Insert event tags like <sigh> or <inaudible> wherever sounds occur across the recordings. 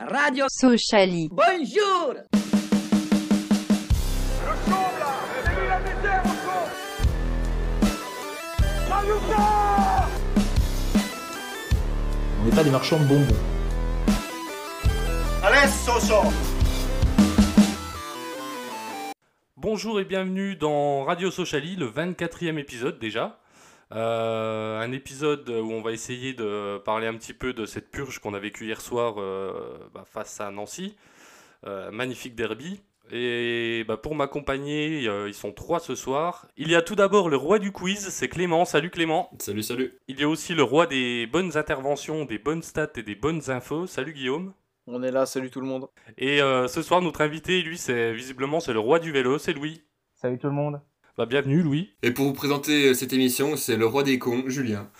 Radio Sociali. Bonjour Le chauve là C'est lui la misère au fond Saluta On n'est pas des marchands de bonbons. Adesso so Bonjour et bienvenue dans Radio Sociali, le 24e épisode déjà. Euh, un épisode où on va essayer de parler un petit peu de cette purge qu'on a vécue hier soir euh, bah, face à Nancy. Euh, magnifique derby. Et bah, pour m'accompagner, euh, ils sont trois ce soir. Il y a tout d'abord le roi du quiz, c'est Clément. Salut Clément. Salut, salut. Il y a aussi le roi des bonnes interventions, des bonnes stats et des bonnes infos. Salut Guillaume. On est là, salut tout le monde. Et euh, ce soir, notre invité, lui, c'est visiblement c'est le roi du vélo, c'est Louis. Salut tout le monde. Bah, bienvenue Louis. Et pour vous présenter euh, cette émission, c'est le roi des cons, Julien.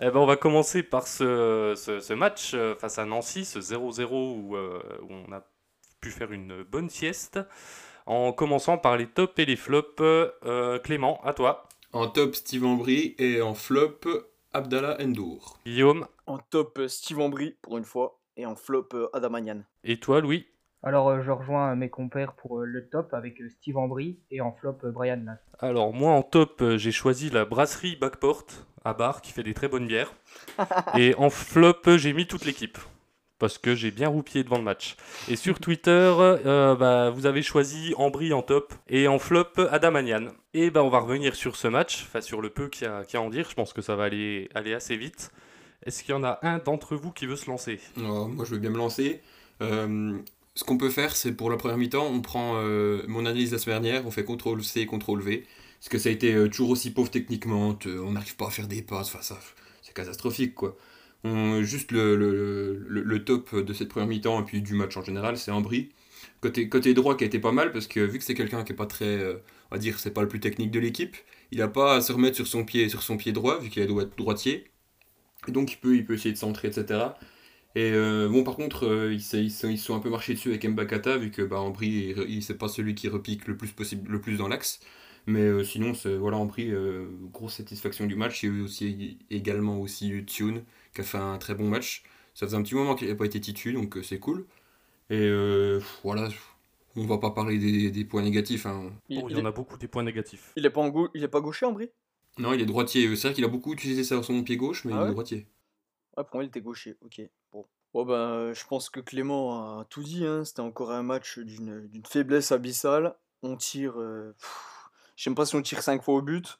Eh ben, on va commencer par ce, ce- ce match euh, face à Nancy, ce 0-0 où, euh, où on a pu faire une bonne sieste, en commençant par les tops et les flops. Euh, Clément, à toi. En top, Steve Ambry et en flop, Abdallah Endour. Guillaume, En top, euh, Steve Ambry pour une fois, et en flop, euh, Adam Agnan. et toi Louis. Alors euh, je rejoins euh, mes compères pour euh, le top avec euh, Steve Ambry et en flop euh, Brian Latt. Alors moi en top, euh, j'ai choisi la brasserie Backport à Bar qui fait des très bonnes bières. Et en flop, euh, j'ai mis toute l'équipe. Parce que j'ai bien roupillé devant le match. Et sur Twitter, euh, bah, vous avez choisi Ambry en top et en flop Adamanian. Et bah, on va revenir sur ce match, enfin sur le peu qu'il y, a- qu'il y a à en dire. Je pense que ça va aller, aller assez vite. Est-ce qu'il y en a un d'entre vous qui veut se lancer Alors, moi, je vais bien me lancer. Euh, ce qu'on peut faire, c'est pour la première mi-temps, on prend euh, mon analyse la semaine dernière, on fait CTRL-C, CTRL-V. Parce que ça a été euh, toujours aussi pauvre techniquement, te- on n'arrive pas à faire des passes, enfin, ça, c'est catastrophique, quoi. On, juste le, le- le- le top de cette première mi-temps et puis du match en général, c'est Ambry. Côté, côté droit qui a été pas mal, parce que vu que c'est quelqu'un qui est pas très. euh, on va dire, c'est pas le plus technique de l'équipe. Il n'a pas à se remettre sur son pied, sur son pied droit, vu qu'il est doi- droitier. Et donc, il peut, il peut essayer de centrer, etc. Et euh, bon, par contre, euh, ils, se- ils se- ils se sont un peu marchés dessus avec Mbakata, vu que bah, Ambry, il- il- c'est pas celui qui repique le plus possible, le plus dans l'axe. Mais euh, sinon, c'est- voilà, Ambry, euh, grosse satisfaction du match. Il y a eu aussi, également aussi Tune, qui a fait un très bon match. Ça faisait un petit moment qu'il n'a pas été titu, donc euh, c'est cool. Et euh, voilà, on va pas parler des, des points négatifs. hein. Il, Oh, Il il y en est, a beaucoup des points négatifs. il est pas en gau- il est pas gaucher, Ambry Non, il est droitier. C'est vrai qu'il a beaucoup utilisé ça sur son pied gauche, mais Ah il ouais est droitier. Ouais, pour moi, il était gaucher, ok. Bon. Bon, ben, euh, je pense que Clément a tout dit, hein. C'était encore un match d'une d'une faiblesse abyssale. On tire. euh, pff, Je sais même pas si on tire 5 fois au but.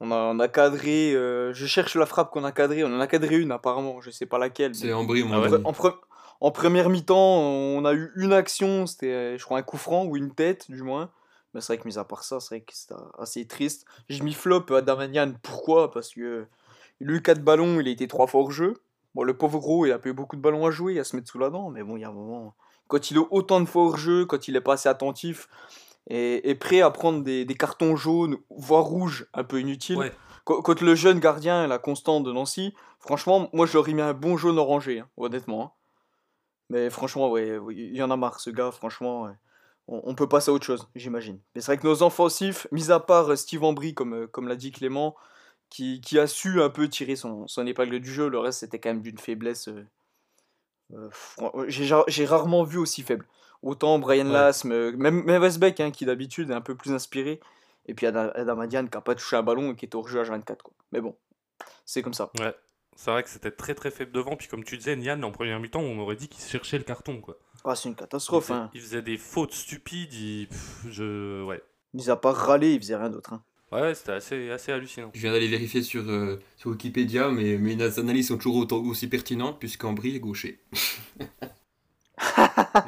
On a, on a cadré. euh, Je cherche la frappe qu'on a cadrée. On en a cadré une, apparemment. Je sais pas laquelle. mais- C'est Ambry, mon Ah ouais. ami. En, pre- en première mi-temps, on a eu une action, c'était euh, je crois un coup franc ou une tête du moins. Mais c'est vrai que mis à part ça, c'est vrai que c'était assez triste. J'ai mis flop à Damanian, euh, pourquoi Parce que euh, il a eu 4 ballons, il a été 3 fois hors jeu. Bon, le pauvre gros, il a pas eu beaucoup de ballons à jouer, à se mettre sous la dent, mais bon, il y a un moment. Quand il est autant de fois hors jeu, quand il est pas assez attentif et, et prêt à prendre des, des cartons jaunes, voire rouges, un peu inutiles, Ouais. quand, quand le jeune gardien, la constante de Nancy, franchement, moi je leur ai mis un bon jaune orangé, hein, honnêtement. hein. Mais franchement, ouais, ouais, il y en a marre, ce gars, franchement. ouais. On, on peut passer à autre chose, j'imagine. Mais c'est vrai que nos offensifs, mis à part euh, Steve Ambry, comme, euh, comme l'a dit Clément, qui, qui a su un peu tirer son, son épingle du jeu, le reste c'était quand même d'une faiblesse. euh, euh, fran- J'ai ja- j'ai rarement vu aussi faible. Autant Brian Ouais. Lasme, euh, même, même Westbeck, hein, qui d'habitude est un peu plus inspiré, et puis Adam- Adamadian qui n'a pas touché un ballon et qui est au jeu à 24. Quoi. Mais bon, c'est comme ça. C'est vrai que c'était très très faible devant. Puis comme tu disais, Nian, en première mi-temps, on aurait dit qu'il cherchait le carton. quoi. Ah, c'est une Il catastrophe. faisait, Hein. il faisait des fautes stupides. Il... pff, je... Ouais, Mis à part râler, il faisait rien d'autre. hein. ouais c'était assez, assez <laughs> hallucinant. Je viens d'aller vérifier sur, euh, sur Wikipédia, mais mes analyses sont toujours autant- aussi pertinentes, puisqu'Ambry est gaucher.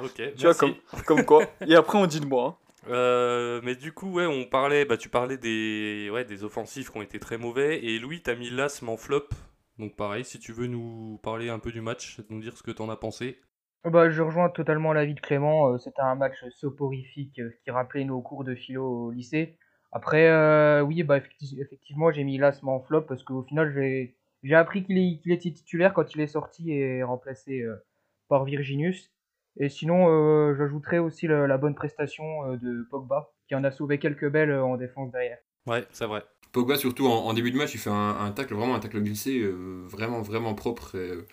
Ok, Tu vois, merci. comme, comme quoi. Et après, on dit de moi. hein. Euh, mais du coup, ouais, on parlait, bah, tu parlais des, ouais, des offensifs qui ont été très mauvais. Et Louis, t'as mis l'asme en flop. Donc pareil, si tu veux nous parler un peu du match, nous dire ce que t'en as pensé. Euh, Bah, je rejoins totalement l'avis de Clément. euh, C'était un match soporifique euh, qui rappelait nos cours de philo au lycée. Après, euh, oui, bah, effecti- effectivement, j'ai mis Lasme en flop parce qu'au final, j'ai j'ai appris qu'il est- qu'il était titulaire quand il est sorti et remplacé euh, par Virginius. Et sinon, euh, j'ajouterais aussi le- la bonne prestation euh, de Pogba qui en a sauvé quelques belles euh, en défense derrière. Ouais, c'est vrai. Pogba, surtout en, en début de match, il fait un, un tacle, vraiment un tacle glissé, euh, vraiment, vraiment propre. et, euh,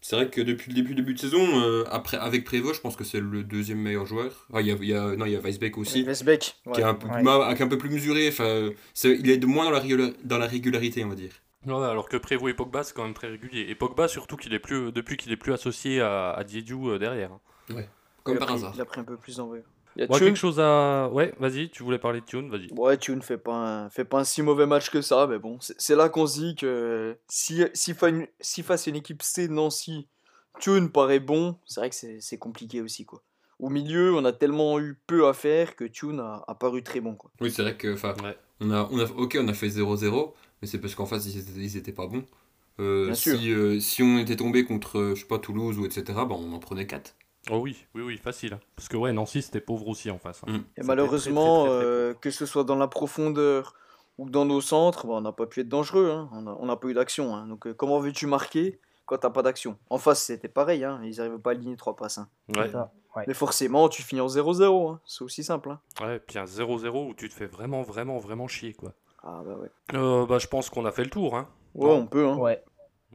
C'est vrai que depuis le début, début de saison, euh, après, avec Prévost, je pense que c'est le deuxième meilleur joueur. Ah, il y a, il y a- non, il y a Weisbeck aussi, Westbeck, ouais. qui est un peu, plus Ouais. ma- qui est un peu plus mesuré. Enfin, c'est- il est de moins dans la, régula- dans la régularité, on va dire. Ouais, alors que Prévost et Pogba, c'est quand même très régulier. Et Pogba, surtout qu'il est plus, euh, depuis qu'il est plus associé à, à Diédiou, euh, derrière. Comme Il a par pris- hasard. Il a pris un peu plus d'envers. Il y a Bon, Thune. quelque chose à. Ouais, vas-y, tu voulais parler de Tune, vas-y. Ouais, Thune fait pas, un, fait pas un si mauvais match que ça, mais bon, c'est c'est là qu'on se dit que si, si, fa- si face à une équipe C de Nancy, Thune paraît bon, c'est vrai que c'est c'est compliqué aussi, quoi. Au milieu, on a tellement eu peu à faire que Thune a, a paru très bon, quoi. Oui, c'est vrai que, enfin, Ouais. on a, on a, ok, on a fait 0-0, mais c'est parce qu'en face, ils, étaient- ils étaient pas bons. Euh, Bien sûr. si, euh, si on était tombé contre, euh, je sais pas, Toulouse ou etc., ben, on en prenait 4. Oh oui, oui, oui, facile. Parce que ouais, Nancy, c'était pauvre aussi en face. hein. Mm. Et Et C'était malheureusement, très, très, très, très euh, que ce soit dans la profondeur ou dans nos centres, bah, on n'a pas pu être dangereux, hein. on a- on n'a pas eu d'action. hein. Donc, euh, comment veux-tu marquer quand t'as pas d'action En face, c'était pareil, hein. ils n'arrivaient pas à aligner trois passes. hein. pauvre. Mmh. Ouais. C'est ça. Mais forcément, tu finis en 0-0, hein. c'est aussi simple. hein. Ouais, puis un 0-0 où tu te fais vraiment, vraiment, vraiment chier, quoi. Ah bah ouais. Euh, bah, je pense qu'on a fait le tour, hein. Ouais, on peut. Hein. Ouais.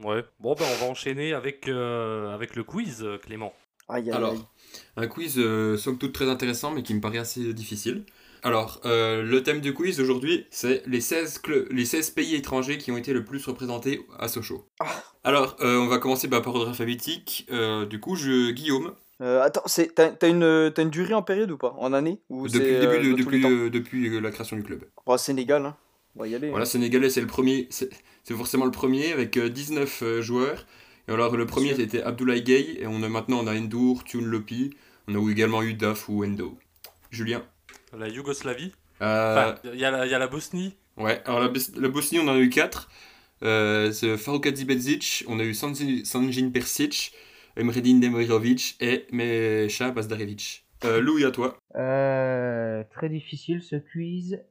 Ouais. Bon, bah, on va enchaîner avec, euh, avec le quiz, euh, Clément. Aïe, aïe, Alors, aïe. un quiz euh, somme toute très intéressant, mais qui me paraît assez difficile. Alors, euh, le thème du quiz aujourd'hui, c'est les 16, cl- les 16 pays étrangers qui ont été le plus représentés à Sochaux. Ah. Alors, euh, on va commencer bah, par ordre alphabétique. Euh, du coup, je, Guillaume, Euh, attends, c'est- t'as t'as une, euh, t'as une durée en période ou pas En année ou depuis, c'est, le début de- euh, dans tous les depuis, temps euh, depuis, euh, la création du club. Bah, Sénégal, hein. on va y aller. Voilà, Sénégalais, c'est le premier, c'est c'est forcément le premier avec euh, 19 euh, joueurs. Et alors, le premier, sûr. c'était Abdoulaye Gueye, et on a, maintenant, on a Endour, Thune Lopi, on a également eu Daf ou Endo. Julien La Yougoslavie. Euh, Enfin, il y, a la- il y a la Bosnie. Ouais, alors la, Bos- la Bosnie, on en a eu 4. c'est Farouk Bedzic, on a eu Sanzi- Sanjin Persic, Emredin Demirovic et Mecha Bazdarevic. Euh, Louis, à toi. Euh, très difficile ce quiz.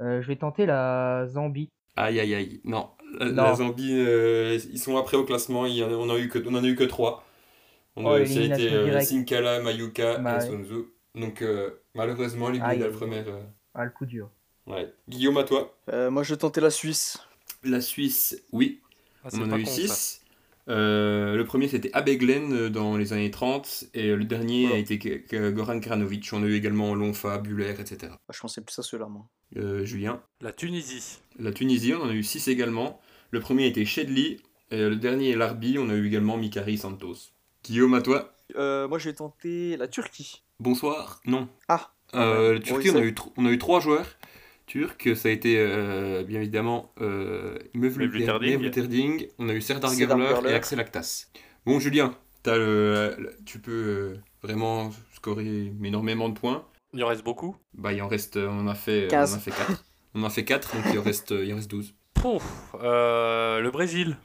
Euh, je vais tenter la Zambie. Aïe, aïe, aïe. Non, la, Non. la Zambie, euh, ils sont après au classement, il y en a- on en a eu que, on en a eu que 3. On Oh, a, ça a l'élimination été euh, directe. Sinkala, Mayuka Bah, et Sonzu. Donc, euh, malheureusement, les Aïe. pays de la première. euh, Ah, le coup dur. ouais. Guillaume, à toi. Euh, moi, je tentais la Suisse. La Suisse, oui, Ah, c'est On en pas a eu con, ça. 6. le premier c'était Abeglen euh, dans les années 30 et euh, le dernier Oh. Oula. a été K- K- Goran Kranovic. On a eu également Lonfa, Buller, etc. Ah, Je pensais plus à ceux-là, moi. Euh, Julien. La Tunisie. La Tunisie, on en a eu 6 également. Le premier était Shedli et le dernier est Larbi. On a eu également Mikari Santos. Guillaume, à toi. Euh, moi, je vais tenter la Turquie. Bonsoir. Non. Ah. Euh, Ouais. la Turquie, Bon, on, a il eu tr- on a eu 3 joueurs turcs. Ça a été euh, bien évidemment euh, Mevlüt- Mevlüt Erding. Mevlüt Erding. On a eu Serdar Serdar Gürler Gürler. et Axel Actas. Bon, Julien, t'as le- le- tu peux euh, vraiment scorer énormément de points. Il en reste beaucoup. Bah, il en reste, euh, on en a fait, on Quinze. en a fait 4. on en a fait 4, donc il en reste, euh, il en reste 12. Pouf, euh, le Brésil.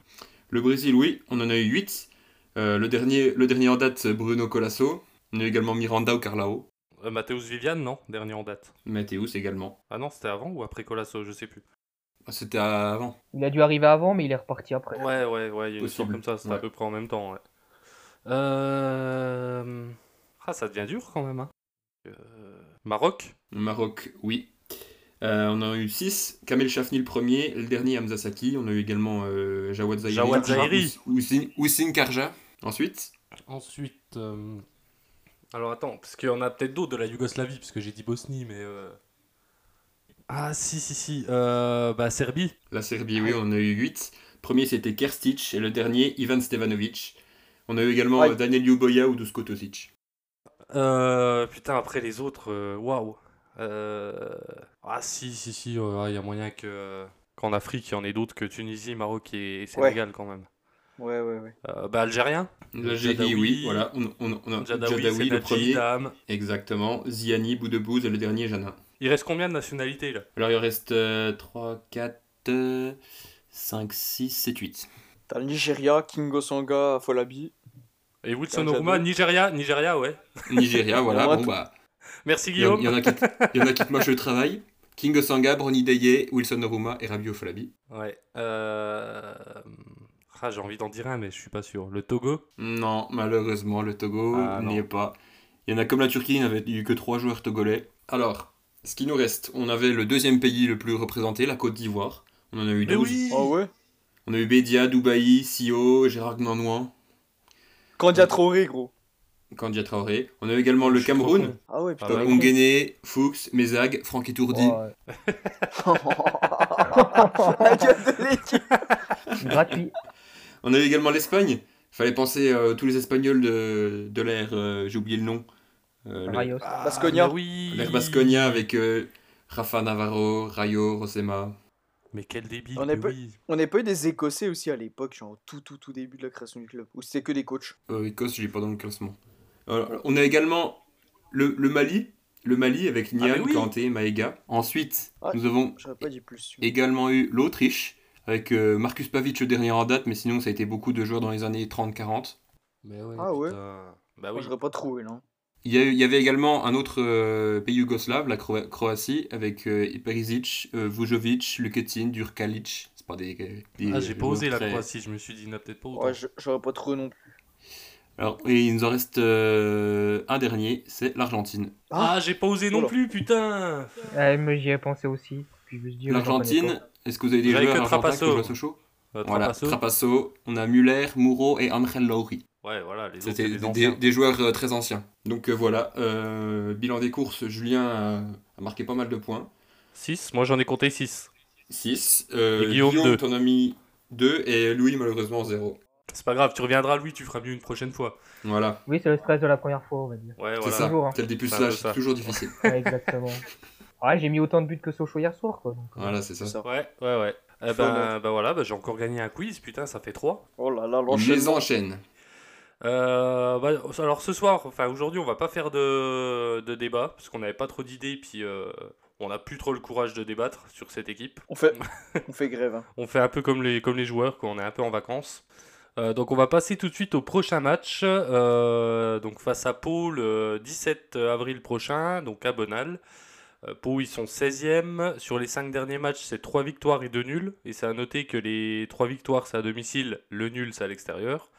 Le Brésil, oui, on en a eu 8. le, dernier, le dernier en date, Bruno Colasso. On a eu également Miranda ou Carlao. Euh, Mateus Vivian, non Dernier en date. Mateus également. Ah non, c'était avant ou après Colasso, je sais plus. Ah, C'était avant. Il a dû arriver avant, mais il est reparti après. Ouais, ouais, ouais, il y a une histoire Possible. comme ça, c'était à Ouais. peu près en même temps. ouais. Euh, Ah, ça devient dur quand même. hein. Euh, Maroc Le Maroc, oui. Euh, on en a eu 6. Kamel Chafni le premier, le dernier Hamza Saki. On a eu également euh, Jawad Zahiri. Jawad Zahiri. Oussine, Oussine Karja. Ensuite, Ensuite. euh, Alors attends, parce qu'il y en a peut-être d'autres de la Yougoslavie, parce que j'ai dit Bosnie, mais. euh, Ah, si, si, si. euh, Bah, Serbie. la Serbie, oui, on en a eu 8. Premier, c'était Kerstic. Et le dernier, Ivan Stevanovic. On a eu également Aïe. euh, Daniel Ljuboja ou Dusko Tosic. Euh, Putain, après les autres, euh, waouh. Euh, Ah, si, si, si, euh, ah, il y a moyen que. euh, Qu'en Afrique, il y en ait d'autres que Tunisie, Maroc et et Sénégal quand même. Ouais, ouais, ouais. Euh, bah, Algérien L'Algérie, Jadawi. oui, voilà. On, on- on a Jadawi, Jadawi, Euh, le Senadji, premier. Daham. Exactement. Ziani, Boudebouz et le dernier, Jana. Il reste combien de nationalités là Alors, il reste euh, 3, 4, 5, 6, 7, 8. T'as le Nigeria, Kingo Sanga, Folabi. Et Wilson Jadot. Oruma, Nigeria, Nigeria, ouais. Nigeria, voilà. Moi, bon, tout- bah. Merci Il y, en, Guillaume. il y en a qui, il y en a qui te mâchent le travail. King Osanga, Bronny Deye, Wilson Oruma et Rabio Falabi. Ouais. euh, Ah, j'ai envie d'en dire un, mais je suis pas sûr. Le Togo Non, malheureusement, le Togo Ah, non. n'y est pas. Il y en a comme la Turquie, il n'y avait eu que trois joueurs togolais. Alors, ce qui nous reste, on avait le deuxième pays le plus représenté, la Côte d'Ivoire. On en a eu Mais 12. oui Oh ouais On a eu Bédia, Dubaï, Sio, Gérard Gnanoin. Candia Traoré, gros. Kandia Traoré. On a également le Je suis trop Cameroun. con. Ah ouais, Ah putain. ouais. Onguené, Fuchs, Mézag, Franck Itourdi. Ouais. <laughs> La gueule de l'équipe. Gratuit. On a également l'Espagne. Fallait penser euh, tous les Espagnols de, de l'ère, euh, j'ai oublié le nom. Euh, <laughs> le- Rayos. Ah, Basconia. mais oui. L'ère Basconia avec euh, Rafa Navarro, Rayo, Rosema. Mais quel débile. On est mais peu- oui. On a pas eu des Écossais aussi à l'époque, genre tout, tout, tout début de la création du club. Ou c'était que des coachs. Euh, Écosse, je l'ai pas dans le classement. Euh, on a également le, le Mali. Le Mali avec Nian, Ah, mais oui. Kanté, Maega. Ensuite, Ah. nous avons J'aurais pas dit plus. également eu l'Autriche avec euh, Marcus Pavic, le dernier en date, mais sinon ça a été beaucoup de joueurs dans les années 30-40. Mais ouais, Ah ouais. putain. Bah Moi, oui. j'aurais pas trouvé, non. Il y, a eu- il y avait également un autre euh, pays yougoslave, la Cro- Croatie, avec euh, Perisic, euh, Vujovic, Luketin, Durkalic. C'est pas des. des Ah, j'ai pas joueurs osé la très- Croatie, je me suis dit, n'a peut-être pas autant. Ouais, je- j'aurais pas trouvé non plus. Alors, et il nous en reste euh, un dernier, c'est l'Argentine. Ah. Ah, j'ai pas osé non Oula. plus, putain Ouais, Eh, mais j'y ai pensé aussi. Puis je me suis dit, j'en connais L'Argentine, est-ce que vous avez des J'avais joueurs que argentins Trapasso. qui jouent à Sochaux Euh, Voilà, Trapasso. Trapasso. On a Muller, Mouro et Angel Lauri. Ouais, voilà, les autres, C'était c'est des, des anciens. des joueurs euh, très anciens. Donc euh, voilà, euh, bilan des courses, Julien a- a marqué pas mal de points. 6, moi j'en ai compté 6. 6. Euh, Et Guillaume, Guillaume, deux. t'en as mis 2 et Louis malheureusement 0. C'est pas grave, tu reviendras, Louis, tu feras mieux une prochaine fois. Voilà, pas. Oui, c'est le stress de la première fois, on va dire. Ouais, c'est voilà. ça. Toujours, hein. C'est le C'est un peu dépucelage, ça. c'est toujours difficile. <laughs> Ouais, exactement. Ouais, j'ai mis autant de buts que Sochaux hier soir, quoi. donc, euh, voilà, c'est ça. C'est ça. Ouais, ouais, ouais. Eh Faut ben, bah voilà, bah, j'ai encore gagné un quiz, putain, ça fait 3. Oh là là, On les l'enchaînement. enchaîne. Euh, bah, alors ce soir, enfin aujourd'hui, on va pas faire de, de débat parce qu'on n'avait pas trop d'idées, puis euh, on n'a plus trop le courage de débattre sur cette équipe. On fait, on fait grève. hein. On fait un peu comme les, comme les joueurs, qu'on est un peu en vacances. Euh, donc on va passer tout de suite au prochain match, euh, donc face à Pau le 17 avril prochain, donc à Bonal. Euh, Pau ils sont 16e, sur les 5 derniers matchs c'est 3 victoires et 2 nuls, et c'est à noter que les 3 victoires c'est à domicile, le nul c'est à l'extérieur.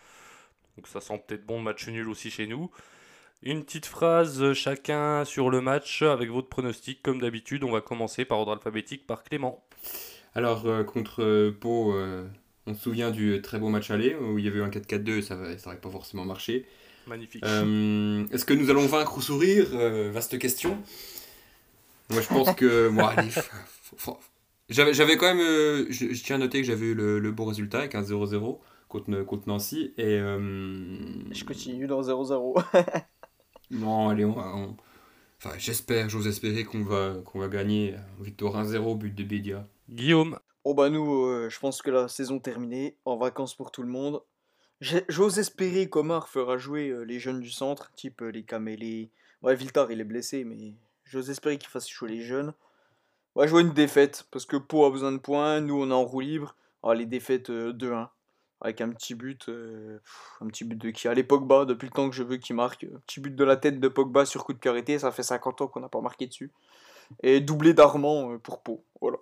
Donc ça sent peut-être bon le match nul aussi chez nous. Une petite phrase euh, chacun sur le match avec votre pronostic, comme d'habitude on va commencer par ordre alphabétique par Clément. Alors, euh, contre euh, Pau, euh, on se souvient du euh, très beau match aller où il y avait eu un 4-4-2, ça n'aurait ça aurait pas forcément marché. Magnifique. Euh, Est-ce que nous allons vaincre ou sourire Euh, Vaste question. Moi, je pense <laughs> que. moi, allez, f- f- J'avais j'avais quand même. euh, je, je tiens à noter que j'avais eu le, le bon résultat avec un 0-0 contre, contre Nancy. Et. euh, Je continue dans 0-0. Non, allez, on va. on- Enfin, j'espère, j'ose espérer qu'on va, qu'on va gagner. euh, Victoire 1-0, but de Bédia. Guillaume. Bon bah nous, euh, je pense que la saison terminée, en vacances pour tout le monde. J'ai- J'ose espérer qu'Omar fera jouer euh, les jeunes du centre, type euh, les Camélé. Ouais, Viltar il est blessé, mais j'ose espérer qu'il fasse jouer les jeunes. On va jouer une défaite, parce que Pau a besoin de points, nous on est en roue libre. Ah, les défaites euh, 2-1, avec un petit but, euh, pff, un petit but de qui Allez Pogba, depuis le temps que je veux qu'il marque. Un petit but de la tête de Pogba sur coup de pied arrêté, ça fait 50 ans qu'on n'a pas marqué dessus. Et doublé d'Armand euh, pour Pau, voilà.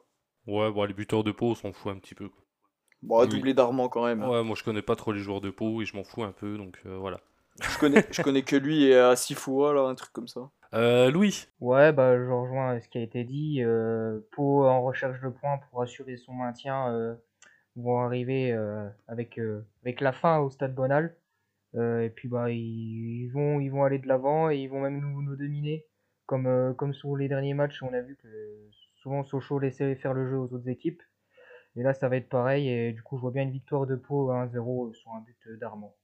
Ouais, bon, les buteurs de peau, on s'en fout un petit peu. quoi. Bon, Oui. doublé d'Armand quand même. Ouais, moi je connais pas trop les joueurs de peau et je m'en fous un peu, donc euh, voilà. Je connais, je connais que lui et à Sifua, là, un truc comme ça. Euh, Louis, Ouais, bah, je rejoins ce qui a été dit. Euh, Pau en recherche de points pour assurer son maintien euh, vont arriver euh, avec, euh, avec la fin au stade Bonal. Euh, et puis bah, ils, ils vont, ils vont aller de l'avant et ils vont même nous, nous dominer. Comme, euh, comme sur les derniers matchs, on a vu que souvent Sochaux laissait faire le jeu aux autres équipes. Et là, ça va être pareil. Et du coup, je vois bien une victoire de Pau à 1-0 sur un but euh, d'Armand.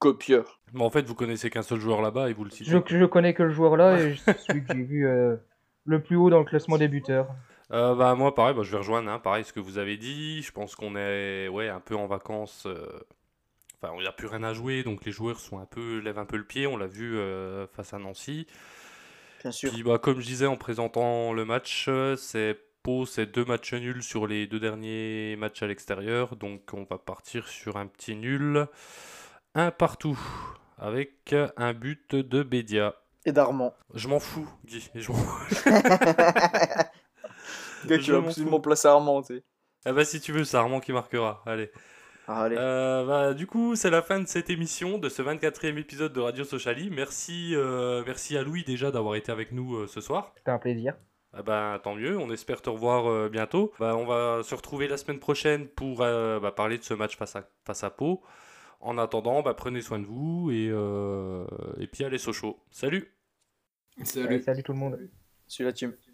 Copieur. mais Bah, en fait vous connaissez qu'un seul joueur là-bas et vous le citez. Je, je connais que le joueur là et c'est celui que j'ai vu euh, le plus haut dans le classement des buteurs. Euh, bah, moi pareil, bah, je vais rejoindre hein, pareil ce que vous avez dit. Je pense qu'on est ouais, un peu en vacances. euh, Enfin, il n'y a plus rien à jouer, donc les joueurs sont un peu, lèvent un peu le pied. On l'a vu euh, face à Nancy. Bien sûr. Puis, bah, comme je disais en présentant le match, euh, c'est Pau, c'est deux matchs nuls sur les deux derniers matchs à l'extérieur. Donc, on va partir sur un petit nul. Un partout. Avec euh, un but de Bédia. Et d'Armand. Je m'en fous, Guy. Je m'en fous. <laughs> Le gars qui Je va m'en absolument placer Armand, tu sais. Ah bah, si tu veux, c'est Armand qui marquera. Allez. Ah, allez. Euh, bah, du coup, c'est la fin de cette émission, de ce 24e épisode de Radio Sociali. Merci, euh, merci à Louis déjà d'avoir été avec nous euh, ce soir. C'était un plaisir. Ah bah, tant mieux, on espère te revoir euh, bientôt. Bah, on va se retrouver la semaine prochaine pour euh, bah, parler de ce match face à, face à Pau. En attendant, bah, prenez soin de vous et, euh, et puis allez Sochaux. Salut Salut. Salut tout le monde. Celui-là, tu,